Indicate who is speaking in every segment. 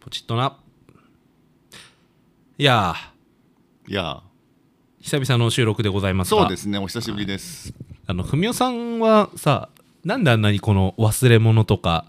Speaker 1: ポチッとな。いや
Speaker 2: いや
Speaker 1: ー、久々の収録でございますが、
Speaker 2: そうですねお久しぶりです、
Speaker 1: あの、文雄さんはさ、なんであんなにこの忘れ物とか、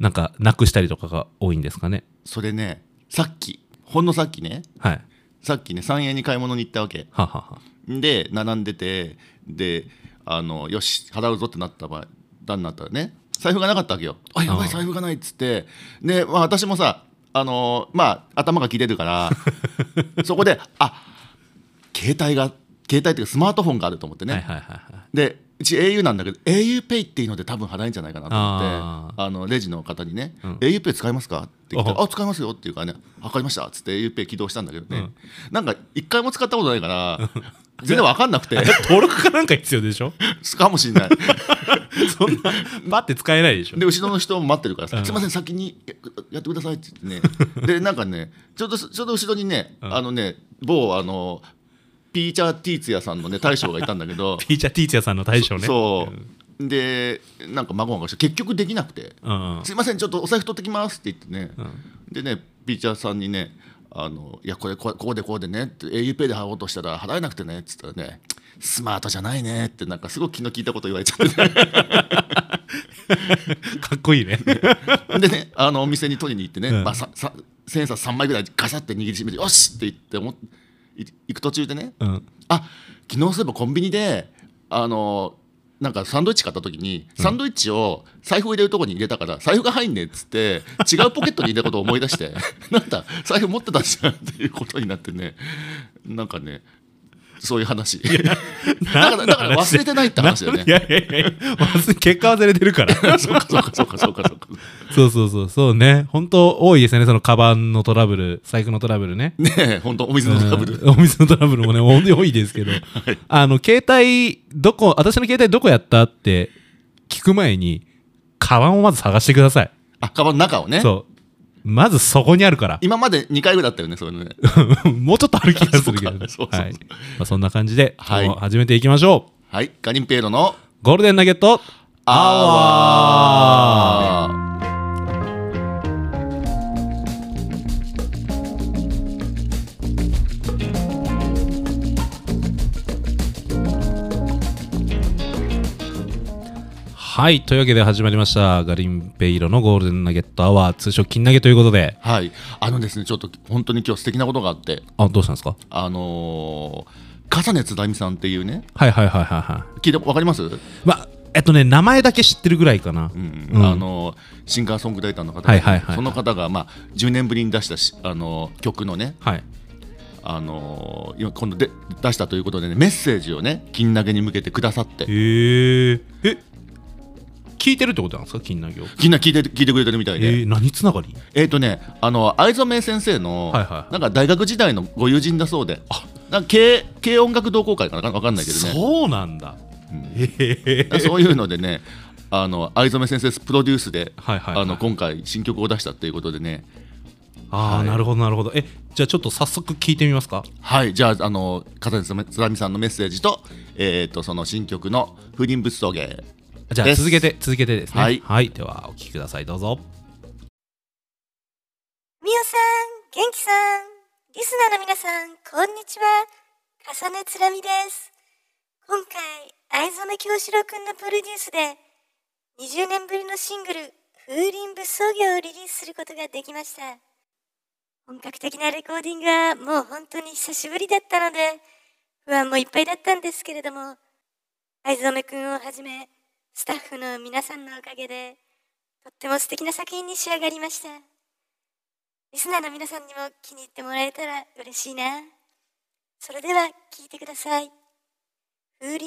Speaker 1: なんか、なくしたりとかが多いんですかね。
Speaker 2: それねさっきほんのさっきね
Speaker 1: はい。
Speaker 2: さっきね3円に買い物に行ったわけ
Speaker 1: はあはあはあ
Speaker 2: で並んでてであのよし払うぞってなった場合だになったらね財布がなかったわけよあやば
Speaker 1: あ
Speaker 2: い
Speaker 1: ー
Speaker 2: 財布がないっつってで、まあ、私もさあのーまあ頭が切れるから そこであ携帯が携帯っていうかスマートフォンがあると思ってね、
Speaker 1: はいはいはいはい。
Speaker 2: でうち au なんだけど auPay っていうので多分払えんじゃないかなと思って
Speaker 1: あ
Speaker 2: あのレジの方にね「
Speaker 1: うん
Speaker 2: auPay 使いますか?」って言って「
Speaker 1: あ
Speaker 2: あ使いますよ」っていうからね「分かりました」っつって auPay 起動したんだけどね、
Speaker 1: うん
Speaker 2: なんか一回も使ったことないから全然分かんなくて
Speaker 1: あ れ登録かなんか必要でしょ
Speaker 2: かもしんない
Speaker 1: そんな、バって使えないでしょ
Speaker 2: で後ろの人も待ってるから
Speaker 1: う
Speaker 2: さ
Speaker 1: ん
Speaker 2: 「すいません先にややってください」って言って ねでなんかねちょうどちょうど後ろにね、
Speaker 1: うん
Speaker 2: あのね某あのピーチャーティーツヤさんのね大将がいたんだけど
Speaker 1: ピーチャーティーチャーさんの大将ね。
Speaker 2: そうでなんか孫がして結局できなくて。
Speaker 1: うん。うんうん。
Speaker 2: すいません、ちょっとお財布取ってきますって言ってね、
Speaker 1: うん
Speaker 2: でね、ピーチャーさんにね、あのいや、これ、こうこうでこうでねって、auPay で払おうとしたら払えなくてねって言ったらね、スマートじゃないねって、なんかすごく気の利いたこと言われちゃ って、
Speaker 1: かっこいいね。
Speaker 2: ね、でね、あのお店に取りに行ってね、
Speaker 1: うん
Speaker 2: まあ、ささセンサー3枚ぐらいガシャって握りしめて、よしって言って思っい行く途中でね、
Speaker 1: うん。
Speaker 2: あ昨日そういえばコンビニで、あのなんかサンドイッチ買った時にサンドイッチを財布を入れるとこに入れたから財布が入んねえっつって違うポケットに入れたことを思い出して なんだ財布持ってたじゃんっていうことになってねなんかねそういう話だからだから忘れてないって話だ よ
Speaker 1: い
Speaker 2: ね
Speaker 1: やいやいやいや、忘れ結果忘れてるから。
Speaker 2: そうかそうかそうかそうかそうか
Speaker 1: そうそうそう、そうね。本当多いですよね、そのカバンのトラブル、財布のトラブルね。
Speaker 2: ねえ本当お水のトラブル
Speaker 1: うんお店のトラブルもね、本当に多いですけど、あの、携帯、どこ、私の携帯どこやったって聞く前に、カバンをまず探してください。
Speaker 2: あカバンの中をね
Speaker 1: そう。まずそこにあるから。
Speaker 2: 今まで2回ぐらいだったよねそういうのね
Speaker 1: もうちょっとある気がするけどね。
Speaker 2: そうかそうそうそう
Speaker 1: はい。まあ、そんな感じで、
Speaker 2: はい
Speaker 1: 今日も始めていきましょう。
Speaker 2: はいガリンペイロの
Speaker 1: ゴールデンナゲット、
Speaker 2: アワー
Speaker 1: はい。というわけで始まりました。ガリンペイロのゴールデンナゲットアワー、通称金投げということで。
Speaker 2: はい、あのですね、ちょっと本当に今日素敵なことがあって、
Speaker 1: あ、どうしたんですか
Speaker 2: あのー、笠根津田美さんっていうね、
Speaker 1: はいはいはいはいはい。
Speaker 2: 聞いたわかります、
Speaker 1: まあ、えっとね、名前だけ知ってるぐらいかな。
Speaker 2: うん
Speaker 1: うん
Speaker 2: あのーシンガーソングライターの方で、
Speaker 1: はいはいはい
Speaker 2: その方が、まあ、10年ぶりに出したし、あのー曲のね、
Speaker 1: はい。
Speaker 2: あのー今今度で出したということでね、メッセージをね、金投げに向けてくださって、
Speaker 1: へえ。え、聞いてるってことなんですか、金投げを。
Speaker 2: みんな聞いて聞いてくれてるみたいで。
Speaker 1: えー、何つながり
Speaker 2: えーとね、あの藍染め先生の、
Speaker 1: はいはいはい
Speaker 2: なんか大学時代のご友人だそうで、なんか軽軽音楽同好会かな、わかんないけどね。
Speaker 1: そうなんだ。へえ。
Speaker 2: そういうのでね、あの藍染先生プロデュースで、
Speaker 1: はいはいはい
Speaker 2: あの今回新曲を出したということでね、
Speaker 1: ああ、
Speaker 2: はい
Speaker 1: なるほどなるほど。え、じゃあちょっと早速聞いてみますか。
Speaker 2: はい、じゃああの片瀬津波さんのメッセージと、えっ、とその新曲の風林仏峠
Speaker 1: じゃあ
Speaker 2: です
Speaker 1: 続けて続けてですね。
Speaker 2: はい
Speaker 1: はい、ではお聞きください。どうぞ。
Speaker 3: みおさん、元気さん、リスナーの皆さん、こんにちは。重ねつらみです。今回、藍染京志郎くんのプロデュースで、20年ぶりのシングル、風鈴物騒業をリリースすることができました。本格的なレコーディングはもう本当に久しぶりだったので、不安もいっぱいだったんですけれども、藍染くんをはじめ、スタッフの皆さんのおかげで、とっても素敵な作品に仕上がりました。リスナーの皆さんにも気に入ってもらえたら嬉しいな。それでは聞いてください。風鈴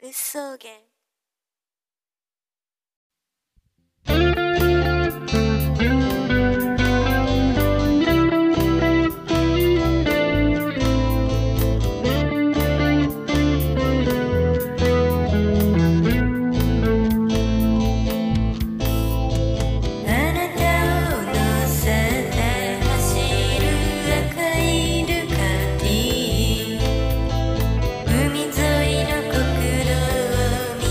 Speaker 3: 物騒芸。あなたを乗せて走る赤いルカディ海沿いの国道を見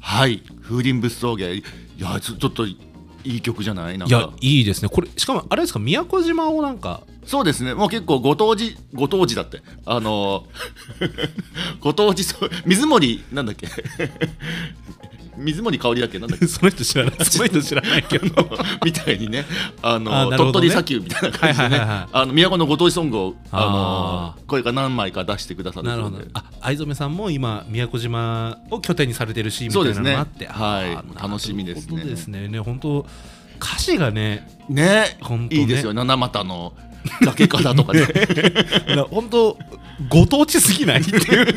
Speaker 2: はい風林仏草芸いやちょちょっといい曲じゃないなん
Speaker 1: い
Speaker 2: か
Speaker 1: やいいですねこれしかもあれですか宮古島をなん か
Speaker 2: そうですねもう結構ご当地ご当地だってあの ーご当地そう水森なんだっけ 水森かおりだっけなんだっけ
Speaker 1: その人知らない その人知らないけど
Speaker 2: みたいにねあのー
Speaker 1: あなるほど
Speaker 2: 鳥取
Speaker 1: ね
Speaker 2: 砂丘みたいな感じでね、
Speaker 1: はいはいはいはい
Speaker 2: あの都のご当地ソングをあ
Speaker 1: あー
Speaker 2: のーこれから何枚か出してくださる
Speaker 1: なる
Speaker 2: そ
Speaker 1: ほ
Speaker 2: うで
Speaker 1: どあ藍染さんも今宮古島を拠点にされてるしみた
Speaker 2: そうで
Speaker 1: い
Speaker 2: す
Speaker 1: な
Speaker 2: ね
Speaker 1: のもあって、
Speaker 2: はい
Speaker 1: あー
Speaker 2: 楽しみです
Speaker 1: な
Speaker 2: ね
Speaker 1: るほどですねね本当歌詞がね
Speaker 2: ね
Speaker 1: ほんとね
Speaker 2: いいですよ七股の崖からとか ね
Speaker 1: な本当ご当地すぎないってい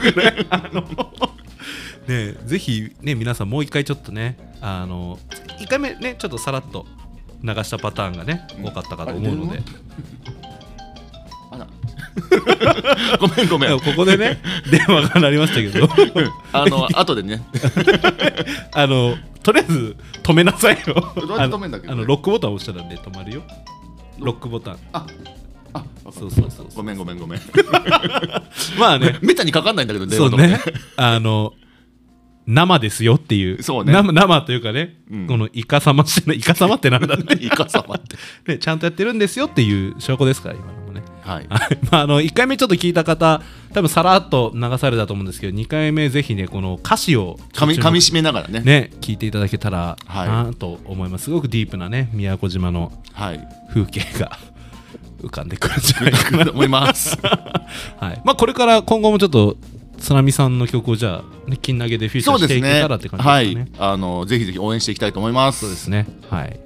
Speaker 1: うぐらいあのねぜひね皆さんもう一回ちょっとねあの一回目ねちょっとさらっと流したパターンがね多かったかと思うので、
Speaker 2: あらごめ んごめん
Speaker 1: ここで ね電話が鳴りましたけど
Speaker 2: あの後でね
Speaker 1: あのとりあえず止めなさいよ
Speaker 2: うやって止めんだっけ
Speaker 1: あのあのロックボタン押したらね止まるよロックボタン
Speaker 2: ああ
Speaker 1: そうそうそう
Speaker 2: ごめんごめんご めん
Speaker 1: まあね
Speaker 2: めったにかかんないんだけ ど電
Speaker 1: そ
Speaker 2: 話
Speaker 1: う
Speaker 2: とか
Speaker 1: ね。 あの、生ですよっていう。
Speaker 2: そうね
Speaker 1: 生生というかね、
Speaker 2: うん
Speaker 1: このイカ様しない、イカ様ってなんだね
Speaker 2: イカ様って
Speaker 1: ね。ちゃんとやってるんですよっていう証拠ですから、今のもね。
Speaker 2: はい
Speaker 1: はいまあ、あの1回目ちょっと聞いた方多分さらっと流されたと思うんですけど2回目ぜひねこの歌詞を
Speaker 2: かみ
Speaker 1: 注目
Speaker 2: かみしめながらね
Speaker 1: ね聞いていただけたら
Speaker 2: はい
Speaker 1: なと思います、すごくディープなね宮古島の
Speaker 2: はい
Speaker 1: 風景が 浮かんでくるんじゃないか な
Speaker 2: 思 います
Speaker 1: はいまあ、これから今後もちょっと津波さんの曲をじゃあ、ね、金投げでフィーチャ
Speaker 2: そ
Speaker 1: ー
Speaker 2: う
Speaker 1: し
Speaker 2: で
Speaker 1: て
Speaker 2: す
Speaker 1: いけ
Speaker 2: ね
Speaker 1: たらって感
Speaker 2: は
Speaker 1: じですかね
Speaker 2: い。あのぜひぜひ応援していきたいと思います
Speaker 1: そうですね。はい。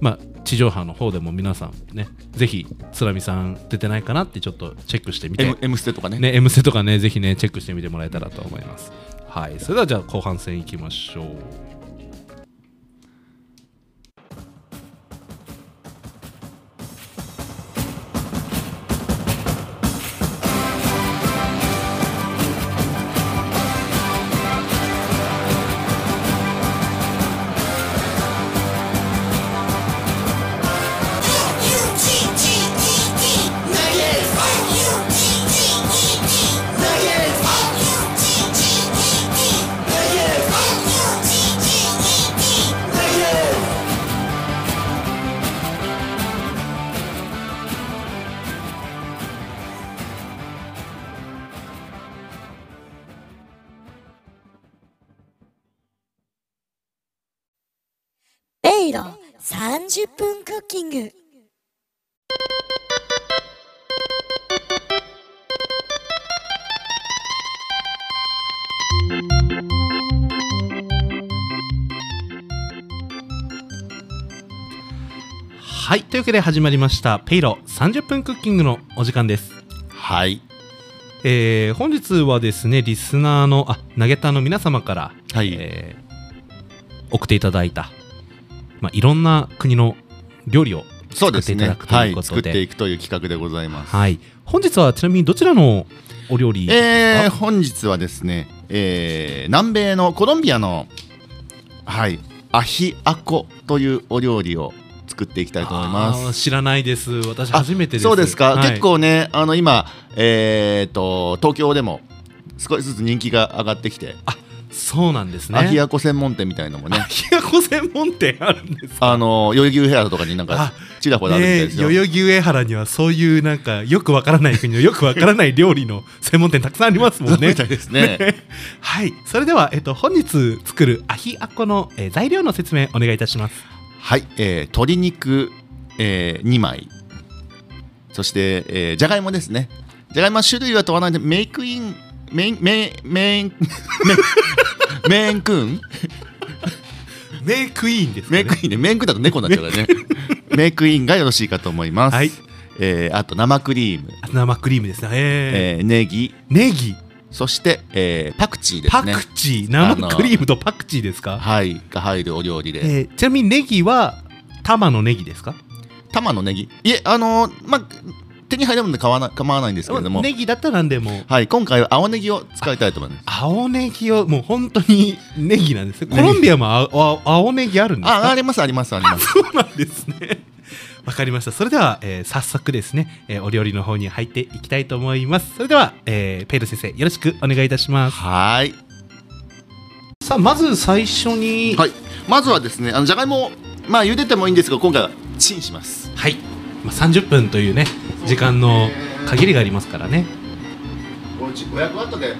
Speaker 1: まあ地上波の方でも皆さんね、ぜひ津波さん出てないかなってちょっとチェックしてみて、
Speaker 2: M, M ステとかね
Speaker 1: ね M ステとかねぜひねチェックしてみてもらえたらと思います。はい。それではじゃあ後半戦いきましょう。
Speaker 4: ベイロ30分クッキング
Speaker 1: はい。というわけで始まりましたペイロ30分クッキングのお時間です。
Speaker 2: はい
Speaker 1: えー本日はですねリスナーのあ投げたの皆様から、
Speaker 2: はい
Speaker 1: えー送っていただいた、まあ、いろんな国の料理を
Speaker 2: そう
Speaker 1: 作
Speaker 2: で
Speaker 1: って
Speaker 2: す
Speaker 1: いた
Speaker 2: ね
Speaker 1: だくと
Speaker 2: はいいう
Speaker 1: こ
Speaker 2: 作
Speaker 1: と
Speaker 2: っ
Speaker 1: で、
Speaker 2: ていくという企画でございます
Speaker 1: はい本日はちなみにどちらのお料理
Speaker 2: え
Speaker 1: で
Speaker 2: ー、
Speaker 1: すか、
Speaker 2: 本日はですね、えー南米のコロンビアの、はい、アヒアコというお料理を作っていきたいと思い
Speaker 1: あー
Speaker 2: ます。
Speaker 1: 知らないです私
Speaker 2: あ
Speaker 1: 初めてです
Speaker 2: そうですか、
Speaker 1: はい
Speaker 2: 結構ね、あの今、えー、と東京でも少しずつ人気が上がってきて、
Speaker 1: そうなんですね
Speaker 2: アヒアコ専門店みたいのも
Speaker 1: あ
Speaker 2: ね、
Speaker 1: 冷やこ専門店あるんです
Speaker 2: あの代々木上原とかになんか
Speaker 1: あ
Speaker 2: ちらほらあるみたい
Speaker 1: ねえ
Speaker 2: ですよ。
Speaker 1: 代々木上原にはそういうなんかよくわからない国のよくわからない料理の専門店たくさんありますもんね
Speaker 2: みたいですね。
Speaker 1: はい、それでは、えっと、本日作るアヒアコの、えー材料の説明お願いいたします。
Speaker 2: はい、えー、鶏肉、えー、2枚そして、えー、じゃがいもですねじゃがいもは種類は問わないでメイクインメインメインメインメインクーン
Speaker 1: メイクイーンです
Speaker 2: メイクインねメインクーンだと猫になっちゃうからねメイクインがよろしいかと思います、
Speaker 1: はい
Speaker 2: えーあと生クリーム、
Speaker 1: あと生クリームですね。えー
Speaker 2: えー、ネギ
Speaker 1: ネギ、
Speaker 2: そして、えー、パクチーです
Speaker 1: パ
Speaker 2: ね
Speaker 1: クチー、生クリームとパクチーですか、
Speaker 2: はいが入るお料理で、
Speaker 1: えーちなみにネギは玉のネギですか
Speaker 2: 玉のネギいえあのーまあ手に入るもので買わな構わないんですけれども、
Speaker 1: ネギだったら何でも。
Speaker 2: はい今回は青ネギを使いたいと思います
Speaker 1: 青ネギをもう本当にネギなんですね。コ
Speaker 2: ネギ
Speaker 1: ロンビアも青青青ネギあるんですか
Speaker 2: あ、ありますありますあります。
Speaker 1: そうなんですね。わかりました。それでは、えー早速ですね、えーお料理の方に入っていきたいと思います。それでは、えーペイル先生、よろしくお願いいたします。
Speaker 2: はーい。
Speaker 1: さあまず最初に
Speaker 2: はい、まずはですねあのじゃがいもまあ茹でてもいいんですが今回はチンします
Speaker 1: はい、まあ、30分というね時間の限りがありますからね
Speaker 2: これ500ワットで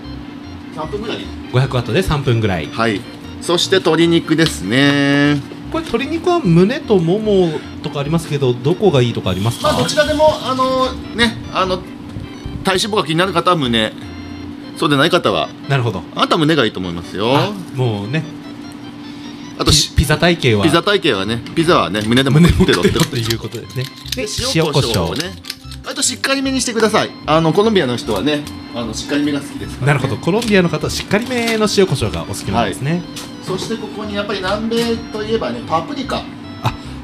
Speaker 2: 3分ぐらい
Speaker 1: 500ワットで3分ぐらい
Speaker 2: はいそして鶏肉ですね
Speaker 1: これ鶏肉は胸とももとかありますけどどこがいいとかありますか、
Speaker 2: まあどちらでもあのねあの体脂肪が気になる方は胸そうでない方は
Speaker 1: なるほど
Speaker 2: あなたは胸がいいと思いますよ
Speaker 1: あ
Speaker 2: あ
Speaker 1: もうね
Speaker 2: と
Speaker 1: ピ
Speaker 2: し
Speaker 1: ピザ体型は
Speaker 2: ピザ体型はねピザはね胸でも
Speaker 1: 胸
Speaker 2: 食
Speaker 1: も
Speaker 2: って
Speaker 1: 食
Speaker 2: ろ
Speaker 1: っ
Speaker 2: ってて
Speaker 1: ろ
Speaker 2: こと
Speaker 1: い
Speaker 2: と
Speaker 1: うことですねで
Speaker 2: 塩
Speaker 1: 塩
Speaker 2: コ
Speaker 1: コ
Speaker 2: シ
Speaker 1: シ
Speaker 2: ョウ
Speaker 1: ョ
Speaker 2: を
Speaker 1: ウ
Speaker 2: ねあとしっかりめにしてくださいあのコロンビアの人はねあのしっかりめが好きですから、ね、
Speaker 1: なるほどコロンビアの方はしっかりめの塩コショウがお好きなんですね、
Speaker 2: そしてここにやっぱり南米といえばねパプリカ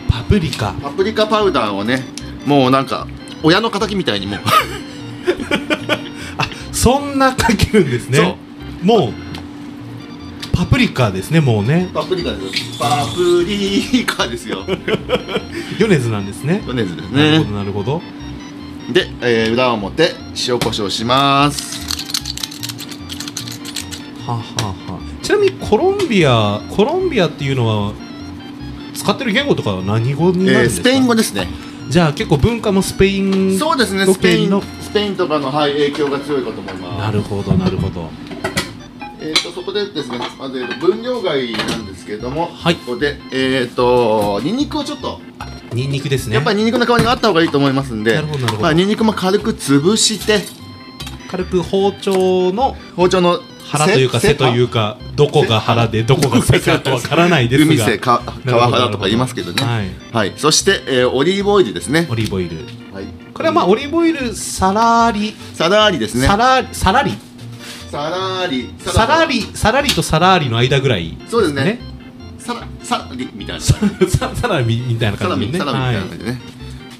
Speaker 1: パプリカ
Speaker 2: パプリカパウダーをねもうなんか親の敵みたいにもう、
Speaker 1: そんなかけるんです
Speaker 2: そう
Speaker 1: ねもうパプリカですねもうね
Speaker 2: パプリカですパプリカで すよ
Speaker 1: 米津なんですね
Speaker 2: 米津です
Speaker 1: なる
Speaker 2: ね
Speaker 1: ほどなるほど
Speaker 2: で、えー裏表塩コショウします
Speaker 1: はあはあはあちなみにコロンビアコロンビアっていうのは使ってる言語とかは何語になるん
Speaker 2: えー
Speaker 1: です
Speaker 2: ス
Speaker 1: か、
Speaker 2: ペイン語ですね
Speaker 1: じゃあ結構文化もスペイン
Speaker 2: そうですね
Speaker 1: ロ
Speaker 2: スペイ
Speaker 1: ケ
Speaker 2: ン
Speaker 1: の
Speaker 2: スペインとかの、はい、影響が強いかと思います
Speaker 1: なるほどなるほど
Speaker 2: えー、とそこでですね、まず、えーと分量外なんですけれども、
Speaker 1: はい
Speaker 2: ここで、えー、とニンニクをちょっと、
Speaker 1: ニンニクですね
Speaker 2: やっぱりニンニクの代わりがあった方がいいと思いますんで
Speaker 1: なるほどなるほど
Speaker 2: まあ、ニンニクも軽く潰して
Speaker 1: 軽く包丁の
Speaker 2: 包丁の
Speaker 1: 腹というか背といううかどこが腹でどこが背かとわからないです
Speaker 2: 海
Speaker 1: が
Speaker 2: 背か皮
Speaker 1: なるほどなるほど
Speaker 2: 腹とか言いますけどねは
Speaker 1: はい
Speaker 2: い、そして、えーオリーブオイルですね
Speaker 1: オリーブオイル
Speaker 2: はい
Speaker 1: これはまあオリーブオイルさらり
Speaker 2: さらーりですね
Speaker 1: さらさらり
Speaker 2: さらーり
Speaker 1: さらりさらりとさらりの間ぐらい
Speaker 2: そうですねさらさらりみたいなさ
Speaker 1: さ さらみみたいな
Speaker 2: ら
Speaker 1: 感
Speaker 2: み
Speaker 1: じでね
Speaker 2: さらみみたいな
Speaker 1: は
Speaker 2: 感じでね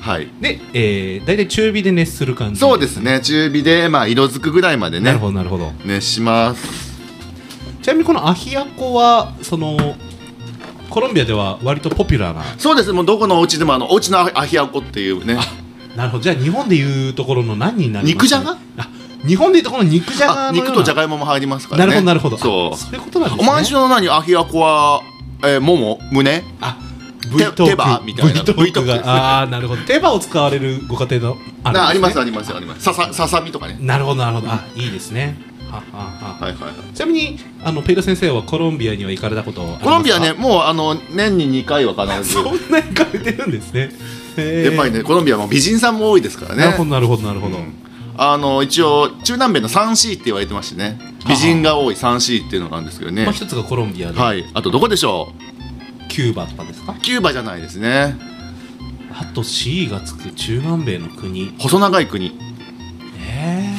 Speaker 2: はい、
Speaker 1: いで、えー、大体中火で熱する感じ
Speaker 2: そうですね中火で、まあ、色づくぐらいまで
Speaker 1: なる
Speaker 2: ね
Speaker 1: ほどなるほど
Speaker 2: 熱します
Speaker 1: ちなみにこのアヒアコはそのコロンビアでは割とポピュラーな
Speaker 2: そうですね、もうどこのお家でもあのお家のアヒアコっていうね。
Speaker 1: なるほどじゃあ日本でいうところの何になります
Speaker 2: 肉じゃが
Speaker 1: あ日本でいうところの肉じゃ
Speaker 2: あ
Speaker 1: がのような
Speaker 2: 肉とじゃ
Speaker 1: が
Speaker 2: がいもも入りますか
Speaker 1: なるほ
Speaker 2: らね。
Speaker 1: どなるほど
Speaker 2: そ
Speaker 1: あそういうことなんで
Speaker 2: う。
Speaker 1: す
Speaker 2: お
Speaker 1: ね
Speaker 2: まんじゅうの何アヒアコは、えー、もも胸
Speaker 1: あ
Speaker 2: 手
Speaker 1: V ト
Speaker 2: 手
Speaker 1: ー
Speaker 2: 羽
Speaker 1: ク
Speaker 2: みたいな
Speaker 1: V ト
Speaker 2: V
Speaker 1: ー
Speaker 2: ト
Speaker 1: ク
Speaker 2: ークですね
Speaker 1: がああーなるほど手羽を使われるご家庭のあ
Speaker 2: ああります
Speaker 1: ね
Speaker 2: ありますあります。ささささみとかね。
Speaker 1: なるほどなるほどあいいですねははは
Speaker 2: はいはいはい。
Speaker 1: ちなみにあのペイロ先生はコロンビアには行かれたことありますか
Speaker 2: コロンビアね、もうあの年に二回は必ず。
Speaker 1: そんな行かれてるんですねへー
Speaker 2: やっぱりねコロンビアも美人さんも多いですからね。
Speaker 1: なるほどなるほどなるほど、
Speaker 2: うんあの一応中南米の 3C って言われてましてね美人が多い 3C っていうのがあるんですけどね
Speaker 1: まあ、一つがコロンビアで、
Speaker 2: はいあとどこでしょ
Speaker 1: キューバとかですか
Speaker 2: うキューバじゃないですね
Speaker 1: あと C がつく中南米の国
Speaker 2: 細長い国
Speaker 1: え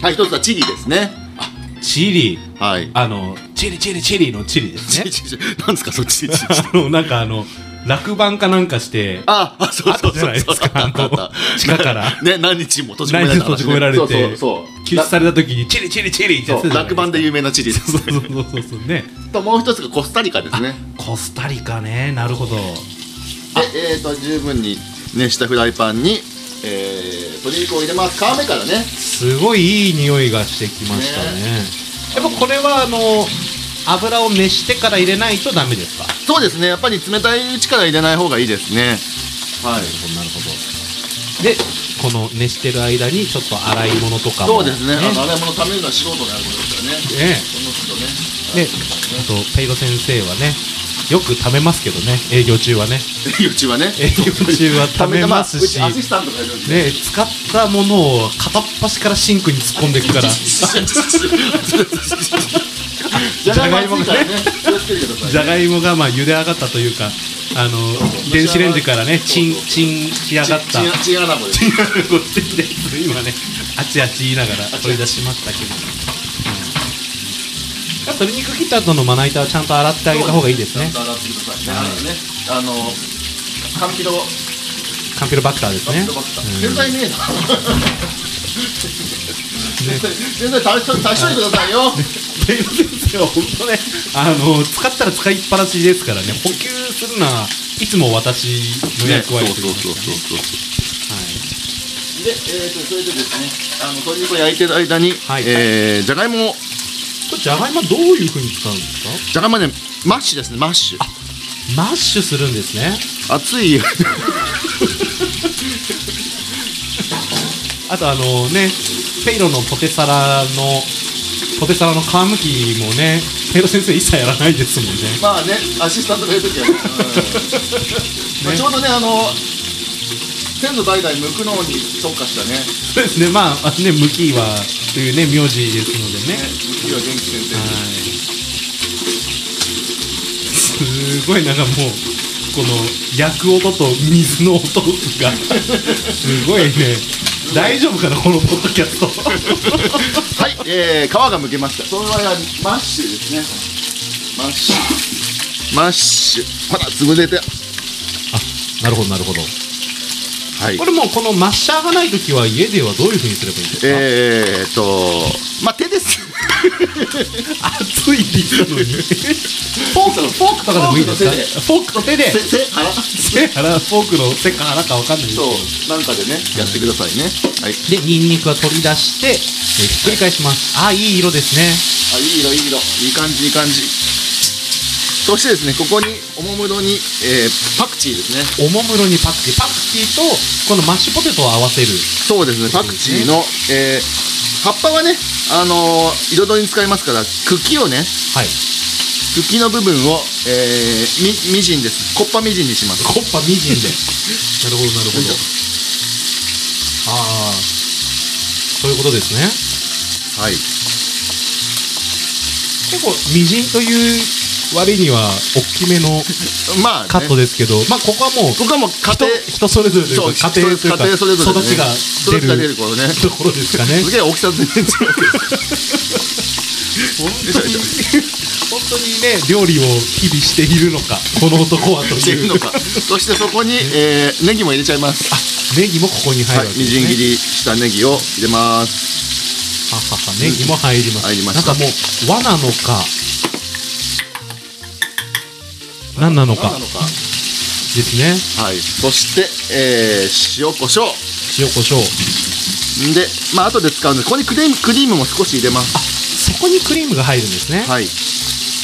Speaker 2: はい一つはチリですね
Speaker 1: ー、チリ
Speaker 2: はい
Speaker 1: あのチリチリチリのチリ ですね
Speaker 2: ちちなんですかそ っち。ち
Speaker 1: あのなんかあの落盤かなんかして
Speaker 2: あ、あ、そうそ
Speaker 1: あ
Speaker 2: うそうそう。
Speaker 1: ったじゃないですか
Speaker 2: あったあった
Speaker 1: あの地下から
Speaker 2: ね、何日も閉じ込められ
Speaker 1: 何日も閉じ込められて
Speaker 2: そうそうそう。
Speaker 1: 救出された時にチリチリチリってや
Speaker 2: そ
Speaker 1: つ
Speaker 2: う落盤で有名なチリです。
Speaker 1: そうそうそうそうそうね
Speaker 2: ともう一つがコスタリカですね。
Speaker 1: コスタリカねなるほど
Speaker 2: で、えっと十分に熱したフライパンにえー鶏肉を入れます。皮目からね。
Speaker 1: すごいいい匂いがしてきましたねやっぱこれはあの油を熱してから入れないとダメですかなる
Speaker 2: そうですね。やっぱり冷たいうちから入れない方がいいですね。はい。
Speaker 1: ほどなるほどでこの熱してる間にちょっと洗い物とかも
Speaker 2: そうですね。あの洗い物ためるのは仕事になることですからね。
Speaker 1: ね
Speaker 2: その人ね。
Speaker 1: ねあとペイロ先生はねよく貯めますけどね営業中はね
Speaker 2: うちはね。
Speaker 1: 営業中は貯めますし
Speaker 2: たあうちアシスタントがいるんで。
Speaker 1: ね使ったものを片っ端からシンクに突っ込んでいくから じ
Speaker 2: じゃがいもがね、気をつけてください。
Speaker 1: ゃがいもがまあ茹で上がったというかあの電子レンジからねチンチンし上がった
Speaker 2: チンアナゴです。
Speaker 1: こっちで今ねあちあち言いながら取り出しましたけど鶏肉切った後のまな板はちゃんと洗ってあげた方がいいですね
Speaker 2: ちゃんと洗ってくださいね。あのね、あの、カンピロ、
Speaker 1: カ
Speaker 2: カ
Speaker 1: ンピロバクターです
Speaker 2: ン
Speaker 1: ね
Speaker 2: ピロバクター。
Speaker 1: うん
Speaker 2: 全体ねえな。全然足しと足しといてくださいよ。
Speaker 1: ペイロ先生は本当ねあの使ったら使いっぱなしですからね補給するのはいつも私の役割というかね
Speaker 2: そうそう。
Speaker 1: は
Speaker 2: で、えーとそれでですね、あの鶏肉を焼いてる間に、
Speaker 1: はい
Speaker 2: えーじゃがいもを
Speaker 1: れじゃがいもどういうふうに使うんですか
Speaker 2: じゃがいもねマッシュですねマッシュ
Speaker 1: マッシュするんですね
Speaker 2: 熱い
Speaker 1: あとあのねペイロのポテサラのポテサラの皮むきもねペイロ先生一切やらないですもんね
Speaker 2: まあねアシスタントがいる 時は、うんまあちょうどねあの先祖代々向くのに特化したね
Speaker 1: そうですねまああねむきはというね名字ですのでね
Speaker 2: ね向きは元気先生、
Speaker 1: はいすごいなんかもうこの焼く音と水の音がすごいね大丈夫かなこのポッドキャスト
Speaker 2: はい、えー、皮が剥けました。その場合はマッシュですね。マッシュ。マッシュ。ほら、潰れて。
Speaker 1: あ なるほどなるほど
Speaker 2: はい
Speaker 1: こ。れもうこのマッシャーがない時は家ではどういうふうにすればいいんですか、
Speaker 2: えーっと、まあ、手です。
Speaker 1: 熱いって言ったのにフォークフォークとかでもいいですかフォークと手で
Speaker 2: 手、手、腹。そ
Speaker 1: 手腹フォークの手か腹かわかんないですけど
Speaker 2: う、なんかでね、やってくださいね。はい。
Speaker 1: でニンニクは取り出して、えーひっくり返しますあいい色ですね
Speaker 2: あ、いい色、いい色。いい感じ、いい感じ。そしてですね、ここに、おもむろに、えー、パクチーですね。
Speaker 1: おもむろにパクチーパクチーとこのマッシュポテトを合わせる
Speaker 2: そうですね、パクチーの、えー、葉っぱはね、あのー、彩りに使いますから、茎をね、
Speaker 1: はい
Speaker 2: 茎の部分を、えー、みみじんですコッパみじんにします
Speaker 1: コッパみじんでなるほどなるほ
Speaker 2: よいし
Speaker 1: ど
Speaker 2: ょ
Speaker 1: ああそういうことですね
Speaker 2: はい
Speaker 1: 結構みじんという割には大きめの
Speaker 2: まあ、ね、
Speaker 1: カットですけど、まあここはもう
Speaker 2: 僕はもう家庭
Speaker 1: 人人それぞれというか
Speaker 2: そう
Speaker 1: 家庭というか
Speaker 2: 家庭それぞれね
Speaker 1: 育ちが
Speaker 2: 育ちが出る
Speaker 1: と
Speaker 2: 頃ね
Speaker 1: ころですかね
Speaker 2: すげえ大きさ全然違う
Speaker 1: 本当に本当にね料理を日々しているのかこの男はと
Speaker 2: してい
Speaker 1: い
Speaker 2: る
Speaker 1: う
Speaker 2: のかそしてそこに、えー、ネギも入れちゃいます
Speaker 1: あネギもここに入
Speaker 2: はい
Speaker 1: るわけ
Speaker 2: み
Speaker 1: です、
Speaker 2: じ
Speaker 1: ね
Speaker 2: ん切りしたネギを入れます
Speaker 1: はははネギも入ります、
Speaker 2: 入りました
Speaker 1: なんかもう和なのか何なの
Speaker 2: 何
Speaker 1: か
Speaker 2: なのか
Speaker 1: ですね
Speaker 2: はいそして、えー、塩コショウ
Speaker 1: 塩コショウ
Speaker 2: んでまあ後で使うんでここにクリームクリームも少し入れます
Speaker 1: あそこにクリームが入るんですね、
Speaker 2: はい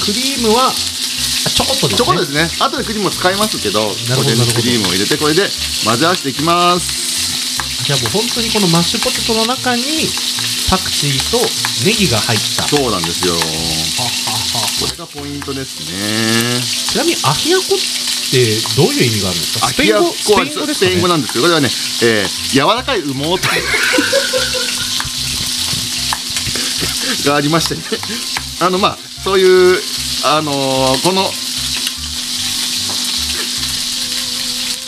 Speaker 1: クリームはあちょこっとですね
Speaker 2: ちょこっとですね後でクリームも使いますけど
Speaker 1: なるほど
Speaker 2: ここ
Speaker 1: なるほど
Speaker 2: でクリームを入れてこれで混ぜ合わせていきます
Speaker 1: じゃあもう本当にこのマッシュポテトの中にパクチーとネギが入った
Speaker 2: そうなんですよ
Speaker 1: ははは
Speaker 2: これがポイントですね。
Speaker 1: ちなみにアヒアコってどういう意味があるんですかスペイン語スペイン語です
Speaker 2: スペイン語
Speaker 1: か、ね、
Speaker 2: なんですけど、これはね、えー、柔らかい羽毛と がありましてね。あの、まあ、そういう、あのーこの、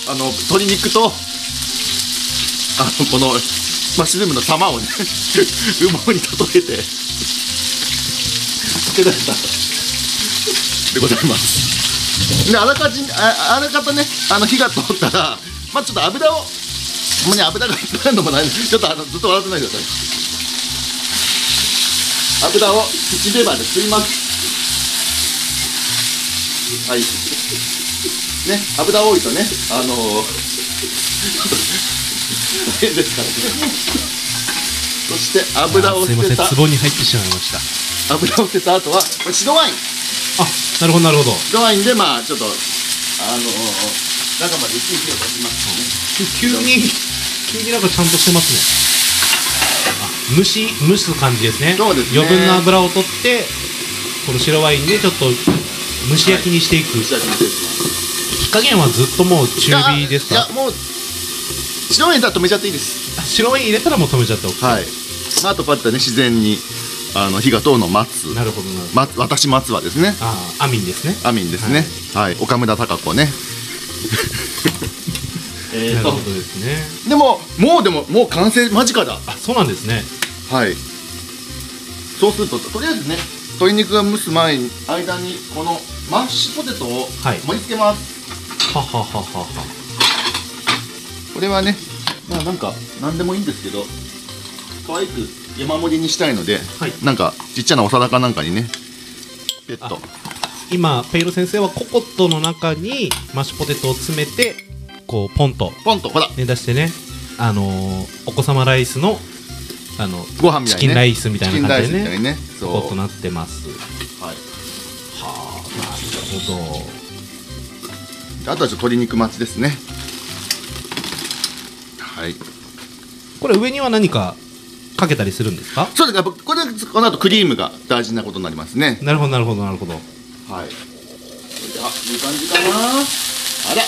Speaker 2: あの、鶏肉と、あの、この、マッシュルームの玉をね、 羽毛に例えて、付け出した、でございます。であらかじめああらかたねあの火が通ったらまあちょっと油をもうね油がいっぱいあるのもないちょっとあのずっと笑ってないでください油を土レバーで吸いますはいね油多いとねあのー、 大変ですからねそして油を
Speaker 1: す
Speaker 2: 捨
Speaker 1: いませ
Speaker 2: て
Speaker 1: ん
Speaker 2: た
Speaker 1: 壺に入ってしまいました
Speaker 2: 油を捨てた後はこれ白ワイン
Speaker 1: あなるほどなるほど
Speaker 2: 白ワインでまあちょっとあのー、中まで一気に火を通します
Speaker 1: 急に
Speaker 2: ね
Speaker 1: 急になんかちゃんとしてますねあ蒸し蒸す感じですね
Speaker 2: そうですね
Speaker 1: 余分な油を取ってこの白ワインでちょっと蒸し焼きにしていく、
Speaker 2: 蒸し焼きにしていきます
Speaker 1: 火加減はずっともう中火です
Speaker 2: いや
Speaker 1: か
Speaker 2: いやもう白ワインだったら止めちゃっていいです
Speaker 1: あ白ワイン入れたらもう止めちゃっておく、
Speaker 2: はいまああとパッとね自然にあの火が通るのを待つ
Speaker 1: なるほどなるほど
Speaker 2: ま私待つはですね
Speaker 1: あーアミンですね
Speaker 2: アミンですねはい、岡村孝 子ねえ
Speaker 1: なる
Speaker 2: ーと
Speaker 1: ほどですね
Speaker 2: でももうでももう完成間近だ
Speaker 1: あそうなんですね
Speaker 2: はいそうするととりあえずね鶏肉が蒸す前に間にこのマッシュポテトを
Speaker 1: はい
Speaker 2: 盛り付けます、
Speaker 1: ははははは
Speaker 2: これはねまあなんか何でもいいんですけど可愛く山盛りにしたいので、
Speaker 1: はい
Speaker 2: なんかちっちゃなお皿かなんかにねペット
Speaker 1: 今ペイロ先生はココットの中にマッシュポテトを詰めてこうポンと、
Speaker 2: ポンとほら
Speaker 1: ね、出してねあのーお子様ライスのあの
Speaker 2: ご飯み
Speaker 1: チ
Speaker 2: たいにね
Speaker 1: キンライスみたいな感じで
Speaker 2: チキンライスみたい
Speaker 1: ね
Speaker 2: にねそう
Speaker 1: ことなってます
Speaker 2: はい
Speaker 1: はあなるほど
Speaker 2: あとはちょっと鶏肉待ちですねはい
Speaker 1: これ上には何かかけたりするんですか
Speaker 2: そうですねやっぱこれこの後クリームが大事なことになりますね
Speaker 1: なるほどなるほどなるほど
Speaker 2: はいそれであいい感じかなあら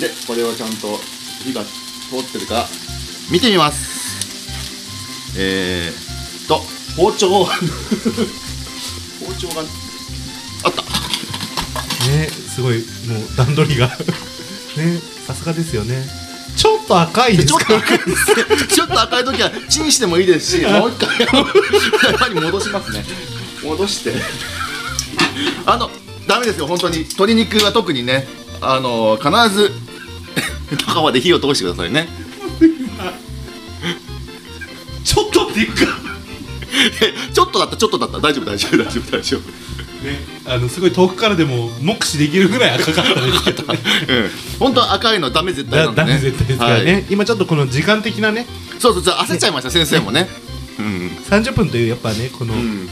Speaker 2: でこれをちゃんと火が通ってるか見てみますえー、と包丁 を包丁があった
Speaker 1: ねすごいもう段取りが ねさすがですよねちょっと赤いで
Speaker 2: でち
Speaker 1: す
Speaker 2: ょっと
Speaker 1: か
Speaker 2: 赤いです ちょっと赤い時はチンしてもいいですしもう一回あのに戻しますね戻してあのダメですよ本当に鶏肉は特にねあの必ず 中まで火を通してくださいね
Speaker 1: ちょっとっていうか
Speaker 2: えちょっとだったちょっとだった大丈夫大丈夫大丈夫大丈夫
Speaker 1: ねあのすごい遠くからでも目視できるぐらい赤かったですけどね
Speaker 2: うん本当は赤いのダメ絶対な
Speaker 1: だ
Speaker 2: んで
Speaker 1: だ
Speaker 2: ね
Speaker 1: め絶対ですからね、
Speaker 2: はい、
Speaker 1: 今ちょっとこの時間的なね
Speaker 2: そうそうそう焦っちゃいました先生もねうん
Speaker 1: 30分というやっぱねこの、
Speaker 2: うん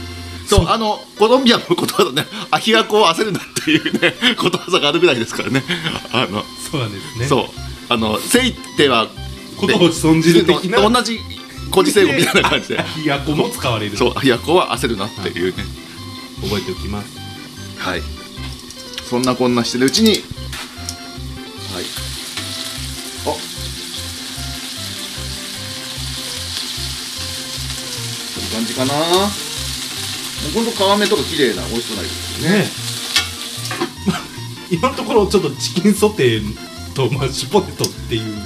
Speaker 2: そうあのコロンビアのことわざねアヒアコを焦るなっていうね ことわざがあるぐらいですからねあの
Speaker 1: そうなんですね
Speaker 2: そうあのせいては
Speaker 1: ことを存じる的 な
Speaker 2: 同じ古事成語みたいな感じ で
Speaker 1: いやこも使われる
Speaker 2: そうアヒアコは焦るなっていうね
Speaker 1: 覚えておきます
Speaker 2: はい、そんなこんなしてるうちにはいあこんな感じかなもうほんと皮目とか綺麗な美味しそうな色ですよね
Speaker 1: ね 今のところちょっとチキンソテーとマッシュポテトっていう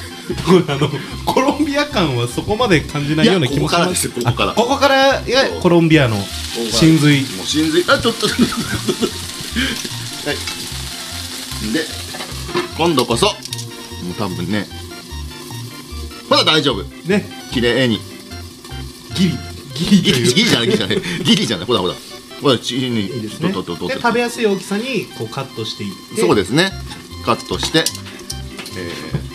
Speaker 1: あ のコロンビア感はそこまで感じないような気もします
Speaker 2: いやここから
Speaker 1: あ
Speaker 2: ですよ
Speaker 1: ここからが
Speaker 2: そう
Speaker 1: コロンビアの真髄
Speaker 2: もう真髄あちょっとはいで今度こそもう多分ねまだ大丈夫
Speaker 1: ね
Speaker 2: 綺麗に
Speaker 1: ギリギリと
Speaker 2: ギリ
Speaker 1: いう
Speaker 2: ギリじゃないギリじゃないギリじゃないほらほらほらチーに
Speaker 1: いいですね
Speaker 2: とととと
Speaker 1: で食べやすい大きさにこうカットしていって
Speaker 2: そう
Speaker 1: で
Speaker 2: ですねカットして、えー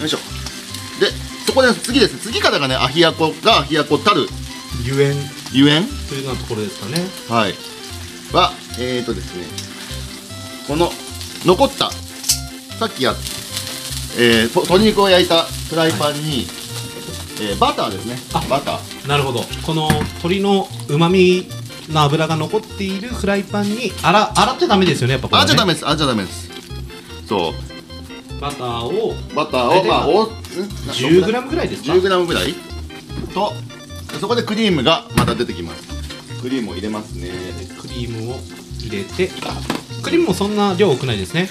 Speaker 2: よいしょでそこで次です次からがねアヒアコがアヒアコたる
Speaker 1: すゆえん
Speaker 2: ゆえん
Speaker 1: というようなところですかね
Speaker 2: はいはえーとですねこの残ったさっきや、えー、と鶏肉を焼いたフライパンに、えーバターですね
Speaker 1: あ
Speaker 2: バター
Speaker 1: なるほどこの鶏のうまみの油が残っているフライパンに洗洗っちゃダメですよねやっぱこれ、ね、
Speaker 2: あじゃダメですあじゃダメですそう
Speaker 1: バターを
Speaker 2: バタ
Speaker 1: 大
Speaker 2: ーを
Speaker 1: 体
Speaker 2: まあおんな
Speaker 1: 10g ぐらいですか
Speaker 2: 10g ぐらいとそこでクリームがまた出てきますクリームを入れますね
Speaker 1: クリームを入れてクリームもそんな量多くないですね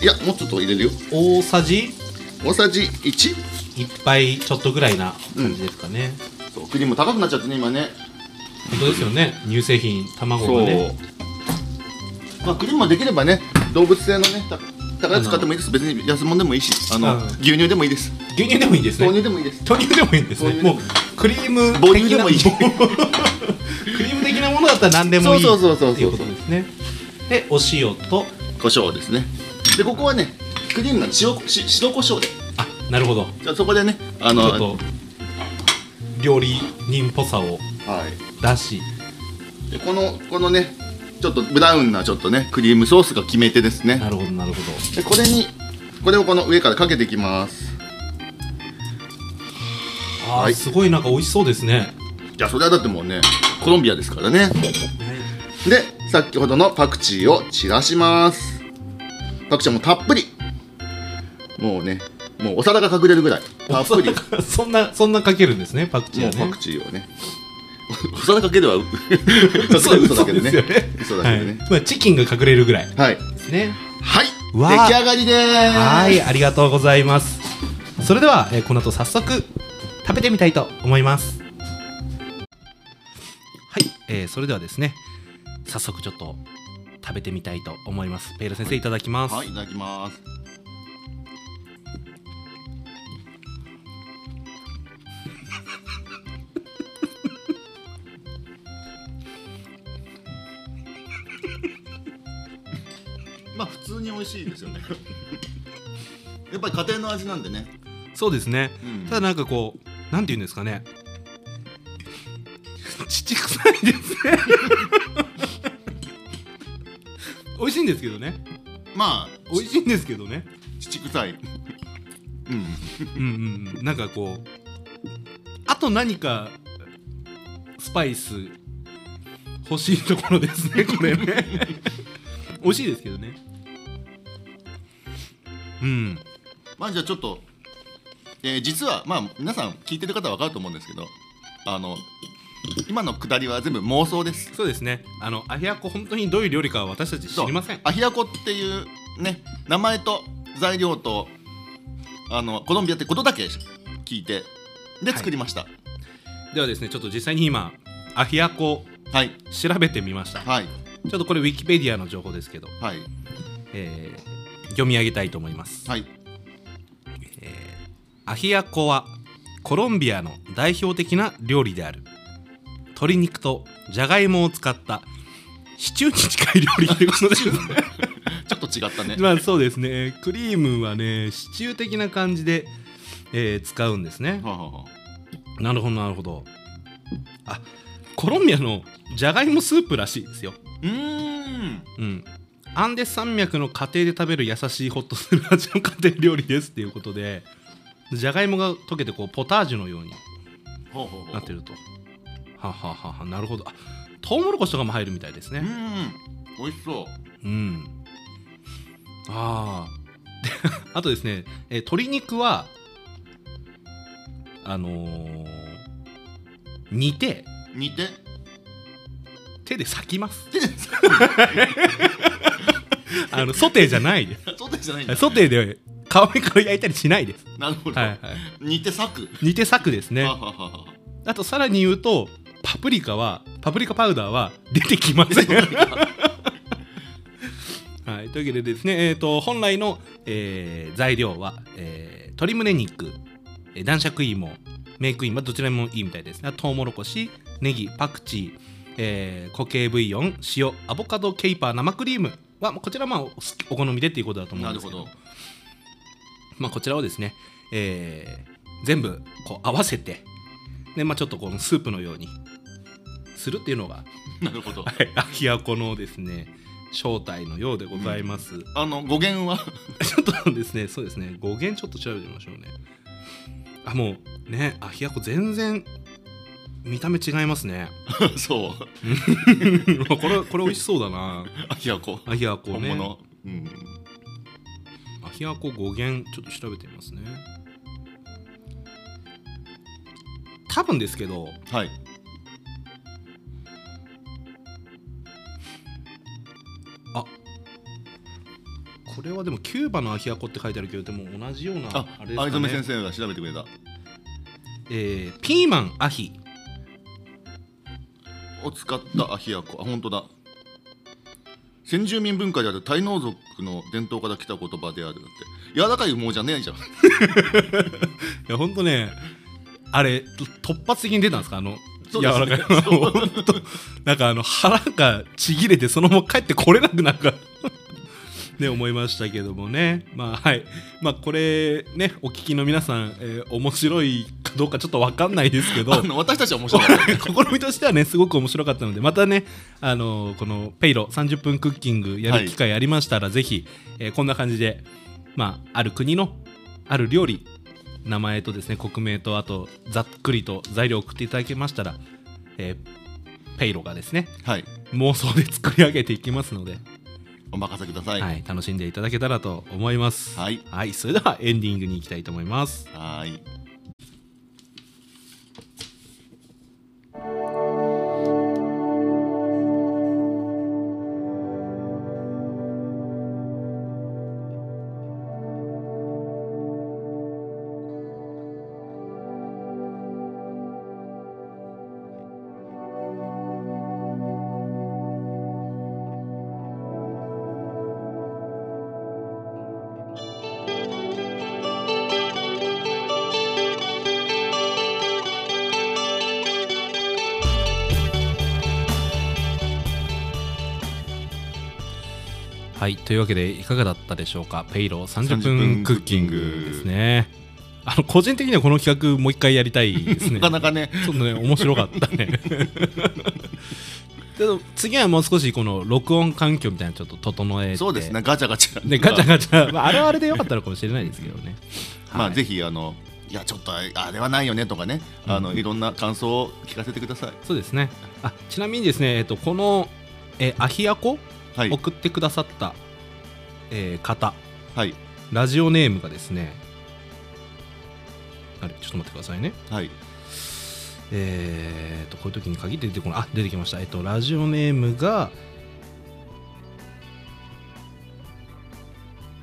Speaker 2: いやもうちょっと入れるよ
Speaker 1: 大さじ
Speaker 2: 大さじ1
Speaker 1: 1杯ちょっとぐらいな感じですかね、
Speaker 2: そうクリーム高くなっちゃってね今ね
Speaker 1: 本当ですよね乳製品卵
Speaker 2: そ
Speaker 1: が
Speaker 2: う、
Speaker 1: ね
Speaker 2: まあクリームもできればね動物性のねた高いやつ使ってもいいです別に安物でもいいしあの、
Speaker 1: うん
Speaker 2: 牛乳でもいいです
Speaker 1: 牛乳でもいいんです
Speaker 2: 豆乳
Speaker 1: ね
Speaker 2: でもいいです
Speaker 1: 豆乳でもいいんですね
Speaker 2: 豆乳で
Speaker 1: も
Speaker 2: も
Speaker 1: うクリーム的な
Speaker 2: 母乳で もいい
Speaker 1: クリーム的なものだったら何でもいい
Speaker 2: そうそうそうそうそう
Speaker 1: っていうことですねでお塩と
Speaker 2: 胡椒ですねでここはねクリームなんで塩し白胡椒で
Speaker 1: あなるほど
Speaker 2: じゃあそこでねあ
Speaker 1: ち
Speaker 2: の
Speaker 1: ょっと料理人っぽさを
Speaker 2: はい
Speaker 1: 出し
Speaker 2: でこのこのねちょっとブラウンなちょっとねクリームソースが決め手ですね
Speaker 1: なるほどなるほど
Speaker 2: でこれにこれをこの上からかけていきます
Speaker 1: あー、
Speaker 2: はい
Speaker 1: すごいなんか美味しそうですね
Speaker 2: いやそれはだってもうねコロンビアですからねで先ほどのパクチーを散らしますパクチーはもうたっぷりもうねもうお皿が隠れるぐらいたっぷりも
Speaker 1: そんなそんなかけるんですねパクチーは
Speaker 2: う
Speaker 1: ね
Speaker 2: パクチーをねお皿かけるは
Speaker 1: 嘘
Speaker 2: 嘘嘘だけど
Speaker 1: 嘘で
Speaker 2: ね
Speaker 1: すよね
Speaker 2: 嘘だけ
Speaker 1: は
Speaker 2: ど
Speaker 1: い
Speaker 2: ね
Speaker 1: まあ、チキンが隠れるぐらいで
Speaker 2: はい
Speaker 1: すね
Speaker 2: はい
Speaker 1: わあ
Speaker 2: 出来上がりでーす
Speaker 1: はいありがとうございますそれでは、えーこの後早速食べてみたいと思いますはい、えーそれではですね早速ちょっと食べてみたいと思いますペイロ先生いただきます、
Speaker 2: はいいただきます まあ普通に美味しいですよねやっぱり家庭の味なんでね
Speaker 1: そうですね
Speaker 2: うん
Speaker 1: ただなんかこうなんて言うんですかね 乳臭いで すね美味しいんですけどね
Speaker 2: まあ
Speaker 1: 美味しいんですけどね
Speaker 2: 乳臭いうん
Speaker 1: うんうんうんなんかこうあと何かスパイス欲しいところですねこれね美味しいですけどねうん
Speaker 2: まあじゃあちょっと、えー実はまあ皆さん聞いてる方は分かると思うんですけどあの今のくだりは全部妄想です
Speaker 1: そうですねあのアヒアコ本当にどういう料理かは私たち知りません
Speaker 2: アヒアコっていうね名前と材料とあのコロンビアってことだけ聞いてで
Speaker 1: はい
Speaker 2: 作りましたは
Speaker 1: ではですねちょっと実際に今アヒアコ
Speaker 2: い
Speaker 1: 調べてみましたち
Speaker 2: はい
Speaker 1: ょっとこれウィキペディアの情報ですけど、
Speaker 2: はい
Speaker 1: えー読み上げたいと思います
Speaker 2: はい
Speaker 1: アヒアコはコロンビアの代表的な料理である鶏肉とじゃがいもを使ったシチューに近い料理ということです
Speaker 2: ちょっと違ったね
Speaker 1: まあそうですねクリームはねシチュー的な感じで、えー使うんですね
Speaker 2: はあはあは
Speaker 1: なるほどなるほどあコロンビアのじゃがいもスープらしいですよ
Speaker 2: あうーん
Speaker 1: うんアンデス山脈の家庭で食べる優しいホッとする味の家庭料理ですっていうことでじゃがいもが溶けてこうポタージュのように
Speaker 2: ほうほうほう
Speaker 1: なってるとははははなるほどあトウモロコシとかも入るみたいです
Speaker 2: う
Speaker 1: ね
Speaker 2: ーん美味しそ
Speaker 1: う
Speaker 2: う
Speaker 1: んあ ああとですね、えー鶏肉はあのー煮て
Speaker 2: 煮て
Speaker 1: 手で裂きます
Speaker 2: 手で
Speaker 1: あの ソテーじゃないで
Speaker 2: そうでじゃないんだ
Speaker 1: すソテーで皮目から焼いたりしないです
Speaker 2: なるほど、
Speaker 1: はいはい
Speaker 2: 煮て裂く
Speaker 1: 煮て裂くです
Speaker 2: は
Speaker 1: ね
Speaker 2: あはあはあはあ
Speaker 1: あとさらに言うとパプリカはパプリカパウダーは出てきませ んはい、というわけでですね、えー、と本来の、えー材料は、えー鶏胸肉、えー男爵芋メイクインはどちらもいいみたいですねとうもろこしネギパクチー、えー固形ブイヨン塩アボカドケイパー生クリームはこちらはまあお好きお好みでっていうことだと思う
Speaker 2: なんる
Speaker 1: です
Speaker 2: ほ
Speaker 1: けど
Speaker 2: ど
Speaker 1: まあ、こちらをですね、えー全部こう合わせてで、まあ、ちょっとこのスープのようにするっていうのが、
Speaker 2: なるほど
Speaker 1: はい、アヒアコのですね正体のようでございます、ち
Speaker 2: あの語源は
Speaker 1: ょ っとですねそうですね語源ちょっと調べてみましょうねあもうねアヒアコ全然見た目違いますね
Speaker 2: そう
Speaker 1: これこれ美味しそうだな
Speaker 2: アヒアコ
Speaker 1: アヒアコ
Speaker 2: 本
Speaker 1: ね
Speaker 2: 物、うん、
Speaker 1: アヒアコ語源ちょっと調べてみますね多分ですけど
Speaker 2: はい
Speaker 1: これはでもキューバのアヒアコって書いてあるけどでも同じような
Speaker 2: あ
Speaker 1: あれです
Speaker 2: 藍
Speaker 1: か
Speaker 2: 染
Speaker 1: ね
Speaker 2: 先生が調べてくれた
Speaker 1: えーピーマンアヒ
Speaker 2: を使ったアヒアコあ本当だ先住民文化であるタイノ族の伝統から来た言葉であるだって柔らかい羽毛じゃねえじゃん
Speaker 1: いやほんとねあれと突発的に出たんですかあの
Speaker 2: そ
Speaker 1: 柔
Speaker 2: うです
Speaker 1: ら
Speaker 2: ね
Speaker 1: かい ほんとなんかあの腹がちぎれてそのまま帰ってこれなくなるから ね思いましたけどもねまあはいまあこれねお聞きの皆さん、えー面白いかどうかちょっとわかんないですけど
Speaker 2: あの私たちは面白 かった
Speaker 1: 試みとしてはねすごく面白かったのでまたねあのーこの「ペイロ30分クッキング」や
Speaker 2: はい
Speaker 1: る機会ありましたら、ぜひ、えーこんな感じで、まあ、ある国のある料理名前とですね国名とあとざっくりと材料を送っていただけましたら、えーペイロがですね
Speaker 2: はい
Speaker 1: 妄想で作り上げていきますので、
Speaker 2: お任せください
Speaker 1: はい楽しんでいただけたらと思います。
Speaker 2: はい
Speaker 1: はい、それではエンディングに行きたいと思います。
Speaker 2: はーい
Speaker 1: はい、というわけでいかがだったでしょうか。ペイロ30
Speaker 2: 30分
Speaker 1: 分クッキングですね。あの個人的にはこの企画もう一回やりたいですね
Speaker 2: なかなかね
Speaker 1: ちょっとね面白かった ねけど次はもう少しこの録音環境みたいなのちょっと整えて
Speaker 2: そうですねガチャガチャ
Speaker 1: ねガチャガチャ、まあ、あれはあれでよかったのかもしれないですけどね
Speaker 2: まあぜひあのいやちょっとあれはないよねとかねあの、
Speaker 1: うん
Speaker 2: いろんな感想を聞かせてください
Speaker 1: そうですねあちなみにですね、えっと、この、えーアヒアコ
Speaker 2: はい
Speaker 1: 送ってくださった、えー方
Speaker 2: はい
Speaker 1: ラジオネームがですねあれちょっと待ってくださいね
Speaker 2: はい
Speaker 1: えー、とこういう時に限って出てこないあ出てきましたえっとラジオネームが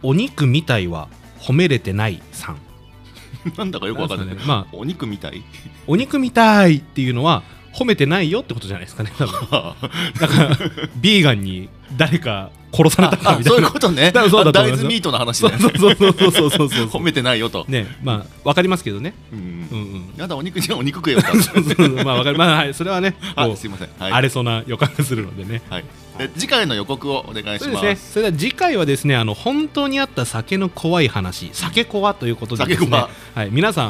Speaker 1: お肉みたいは褒めれてないさん
Speaker 2: なんだかよくわかんない
Speaker 1: なんですかねまあ
Speaker 2: お肉みたい
Speaker 1: お肉みたいっていうのは褒めてないよってことじゃないですかね多分
Speaker 2: あ
Speaker 1: だからビーガンに誰か殺されたか
Speaker 2: あ
Speaker 1: みた
Speaker 2: そ
Speaker 1: い
Speaker 2: ういう
Speaker 1: な
Speaker 2: ことね
Speaker 1: 多分そうだと思い
Speaker 2: 大
Speaker 1: ます
Speaker 2: 豆ミートの話
Speaker 1: そ
Speaker 2: ね
Speaker 1: うそうそうそうそうそうそう
Speaker 2: 褒めてないよと、
Speaker 1: ねまあわかりますけどね
Speaker 2: うん
Speaker 1: うんうん
Speaker 2: やだお肉じゃお肉食えよと
Speaker 1: そうそうそうまあわかるまあはいそれはねこ
Speaker 2: あ
Speaker 1: う
Speaker 2: すいませんはい
Speaker 1: 荒れそうな予感がするのでね
Speaker 2: はい、で次回の予告をお願いし
Speaker 1: そうで
Speaker 2: ます
Speaker 1: ね。それでは次回はですね、あの本当にあった酒の怖い話、酒コアということでです
Speaker 2: 酒
Speaker 1: ね
Speaker 2: 怖、
Speaker 1: はい皆さ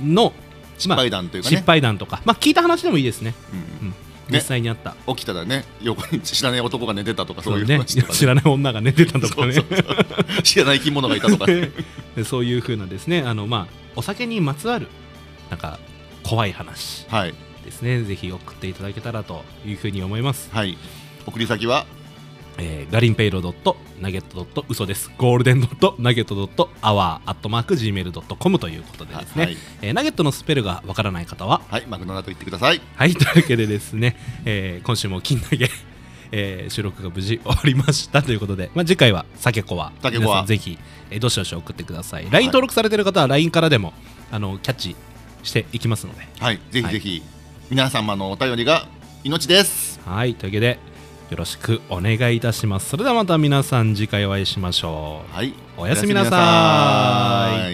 Speaker 1: んの
Speaker 2: 失敗談というかね
Speaker 1: 失敗談とか、まあ聞いた話でもいいですね。
Speaker 2: うん
Speaker 1: 実際にあった。
Speaker 2: 起きたらね横に知らない男が寝てたとかそういう
Speaker 1: ね、
Speaker 2: 話とか、
Speaker 1: 知らない女が寝てたとかね、
Speaker 2: そうそうそう 知らない生き物がいたと か、ね、
Speaker 1: でそういう風なですね、あのまあお酒にまつわるなんか怖い話
Speaker 2: はい
Speaker 1: ですね、ぜひ送っていただけたらという風に思います。
Speaker 2: はい送り先は
Speaker 1: えー、ガリンペイロドットナゲットドット嘘です。ゴールデンドットナゲットドットアワーアットマーク gmail ドットコムということでですね。
Speaker 2: はい
Speaker 1: えーナゲットのスペルがわからない方は
Speaker 2: はいマグナナと言ってください
Speaker 1: はいというわけでですね、えー今週も金投げ、えー収録が無事終わりましたということで、まあ、次回は酒子は
Speaker 2: 酒子は
Speaker 1: 皆さんぜひ、えーどしどし送ってください LINE 登録されてる方は LINE からでもあのキャッチしていきますので
Speaker 2: はいぜひぜひ、皆様のお便りが命です
Speaker 1: はいというわけでよろしくお願いいたしますそれではまた皆さん次回お会いしましょう
Speaker 2: はい
Speaker 1: おやすみなさーい
Speaker 2: おやすみなさーい